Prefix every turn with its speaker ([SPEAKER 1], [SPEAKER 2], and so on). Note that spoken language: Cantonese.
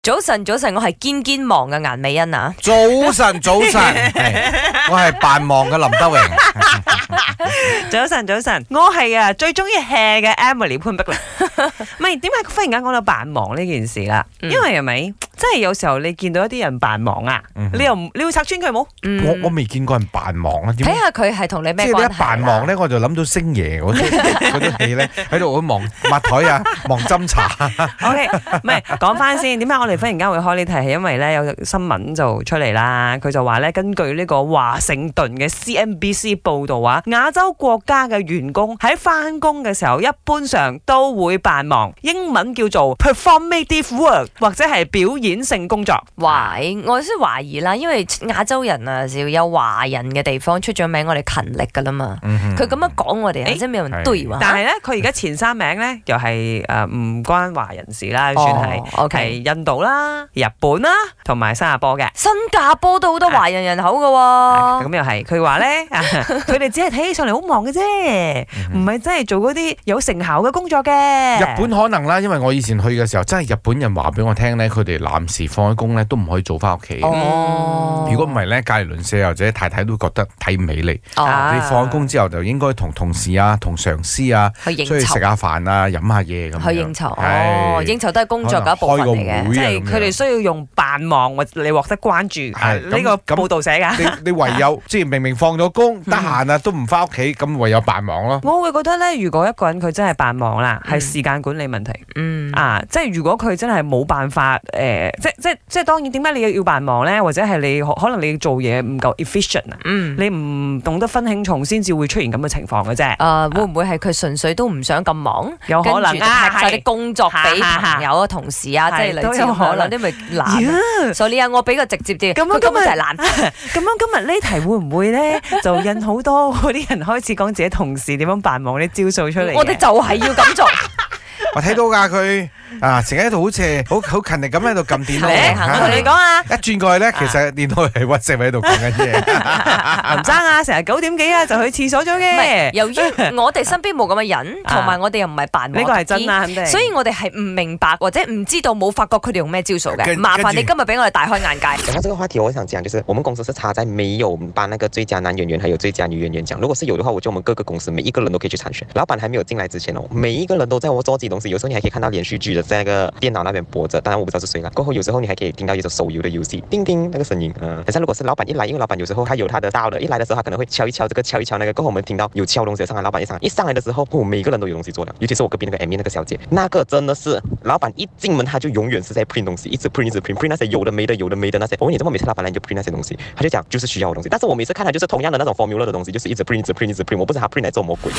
[SPEAKER 1] 早晨，早晨，我係堅堅忙嘅顏美欣啊！
[SPEAKER 2] 早晨，早 晨，係我係扮忙嘅林德榮，
[SPEAKER 3] 早晨，早晨，我係啊最中意 hea 嘅 Emily 潘碧玲。唔係點解忽然間講到扮忙呢件事啦？
[SPEAKER 1] 嗯
[SPEAKER 3] 因為係咪即係有時候你見到一啲人扮忙啊，
[SPEAKER 2] 嗯
[SPEAKER 3] 你又唔你會拆穿佢冇？
[SPEAKER 1] 嗯
[SPEAKER 2] 我我未見過人扮忙啊，點
[SPEAKER 1] 睇下佢係同你咩
[SPEAKER 2] 即
[SPEAKER 1] 關
[SPEAKER 2] 係你
[SPEAKER 1] 係啊
[SPEAKER 2] 一扮忙咧，我就諗到星 爺嗰啲嗰啲戲咧，喺度會忙抹台啊，忙斟茶，
[SPEAKER 3] O K，唔係講翻先，點解我哋忽然間會開呢題？係因為咧有新聞就出嚟啦，佢就話咧根據呢個華盛頓嘅 C N B C 報導啊，亞洲國家嘅員工喺翻工嘅時候，一般上都會扮忙，英文叫做 performative work 或者係表演性工作。
[SPEAKER 1] 懷，我先懷疑啦，因為亞洲人啊，就有華人嘅地方出咗名，我哋勤力噶啦嘛。嗯
[SPEAKER 2] 嗯
[SPEAKER 1] 佢咁樣講我哋，
[SPEAKER 3] 誒
[SPEAKER 1] 真係冇人對話。
[SPEAKER 3] 但係咧，佢而家前三名咧又係誒唔關華人事啦，算係
[SPEAKER 1] 哦，OK
[SPEAKER 3] 係印度啦、日本啦同埋新加坡嘅。啊
[SPEAKER 1] 新加坡都好
[SPEAKER 2] 啊
[SPEAKER 1] 多華人人口
[SPEAKER 3] 哦
[SPEAKER 1] 噶喎。
[SPEAKER 3] 咁又係，佢 話咧，佢哋只係睇起上嚟好忙嘅啫，唔係真係做嗰啲有成效嘅工作嘅。
[SPEAKER 2] 日本可能啦，因為我以前去嘅時候，真係日本人話俾我聽咧，佢哋男士放咗工咧都唔可以早翻屋企。
[SPEAKER 1] 哦
[SPEAKER 2] 嗯如果唔係咧，隔離鄰舍或者太太都覺得睇唔起你。
[SPEAKER 1] 哦
[SPEAKER 3] 啊
[SPEAKER 2] 你放工之後就應該同同事啊、同上司啊
[SPEAKER 1] 去應
[SPEAKER 2] 出去
[SPEAKER 1] 酬
[SPEAKER 2] 食，下飯啊、飲下嘢咁樣。
[SPEAKER 1] 去應酬。哦
[SPEAKER 2] 係，
[SPEAKER 1] 應酬都係工作嘅一部分嚟
[SPEAKER 2] 可能開個
[SPEAKER 1] 嘅
[SPEAKER 2] 會。
[SPEAKER 3] 即係佢哋需要用扮忙或你獲得關注，啊
[SPEAKER 2] 係咁
[SPEAKER 3] 呢個報導寫噶。
[SPEAKER 2] 你 你唯有即係明明放咗
[SPEAKER 1] 嗯
[SPEAKER 2] 工，得閒啊都唔翻屋企，咁唯有扮忙咯。
[SPEAKER 3] 我會覺得咧，如果一個人佢真係扮忙啦，係
[SPEAKER 1] 嗯
[SPEAKER 3] 時間管理問題。
[SPEAKER 1] 嗯，
[SPEAKER 3] 啊，即係如果佢真係冇辦法誒、呃即即即當然點解你要要扮忙咧？或者係你可可能你做嘢唔夠 efficient 啊，
[SPEAKER 1] 嗯。
[SPEAKER 3] 你唔懂得分輕重，先至會出現咁嘅情況嘅啫。
[SPEAKER 1] 誒啊會唔會係佢純粹都唔想咁忙，
[SPEAKER 3] 有可能
[SPEAKER 1] 跟住就
[SPEAKER 3] 啊
[SPEAKER 1] 拍晒啲
[SPEAKER 3] 係
[SPEAKER 1] 工作俾
[SPEAKER 3] 係
[SPEAKER 1] 朋友啊、同事啊，即係
[SPEAKER 3] 係
[SPEAKER 1] 類
[SPEAKER 3] 都
[SPEAKER 1] 似
[SPEAKER 3] 有
[SPEAKER 1] 咁樣啦
[SPEAKER 3] 可能
[SPEAKER 1] 啲咪懶。所以啊，我比較直接啲，
[SPEAKER 3] 咁啊
[SPEAKER 1] 佢根本就
[SPEAKER 3] 今日
[SPEAKER 1] 係懶。
[SPEAKER 3] 咁樣今日呢題會 唔會咧就印好多嗰啲人開始講自己同事點樣扮忙啲招數出嚟嘅？
[SPEAKER 1] 我哋就係要咁 做，
[SPEAKER 2] 我睇到㗎佢啊，成日喺度好似好好勤力咁喺度撳
[SPEAKER 1] 係
[SPEAKER 2] 電腦。
[SPEAKER 1] 行
[SPEAKER 3] 我同你講啊，
[SPEAKER 2] 一轉過去咧，其
[SPEAKER 1] 啊
[SPEAKER 2] 實電腦係 WhatsApp 喺度講緊嘢。
[SPEAKER 3] 林生啊，成日九點幾啊就去廁所咗
[SPEAKER 1] 唔係
[SPEAKER 3] 嘅，
[SPEAKER 1] 由於我哋身邊冇咁嘅人，
[SPEAKER 3] 啊
[SPEAKER 1] 同埋我哋又唔係扮忙
[SPEAKER 3] 呢個係真啊啦，肯定。
[SPEAKER 1] 所以我哋係唔明白或者唔知道冇發覺佢哋用咩招數嘅。
[SPEAKER 2] 跟
[SPEAKER 1] 麻煩你
[SPEAKER 2] 跟住
[SPEAKER 1] 今日俾我哋大開眼界。
[SPEAKER 4] 讲到这个话题，我想讲就是我们公司是差在没有颁那个最佳男演员还有最佳女演员奖。如果是有的话，我觉得我们各个公司每一个人都可以去参选。老板还没有进来之前哦，每一个人都在我做自己东西。有时候你还可以看到连续剧的在那个电脑那边播着，当然我不知道是谁了。过后有时候你还可以听到一首手游的游戏叮叮那个声音，嗯、呃，像如果是老板一来，因为老板有时候他有他的道的，一来的时候他可能会敲一敲这个敲一敲那个。过后我们听到有敲东西的上来，老板一上来一上来的时候，哦，每个人都有东西做了，尤其是我隔壁那个 Amy 那个小姐，那个真的是老板一进门他就永远是在 print 东西，一直 print 一直 print print 那些有的没的有的没的那些。我问你怎么每次老板来你就 print 那些东西，他就讲就是需要的东西，但是我每次看他就是同样的那种 formula 的东西，就是一直 print 一直 print 一直 print，我不知道他 print 来做魔鬼。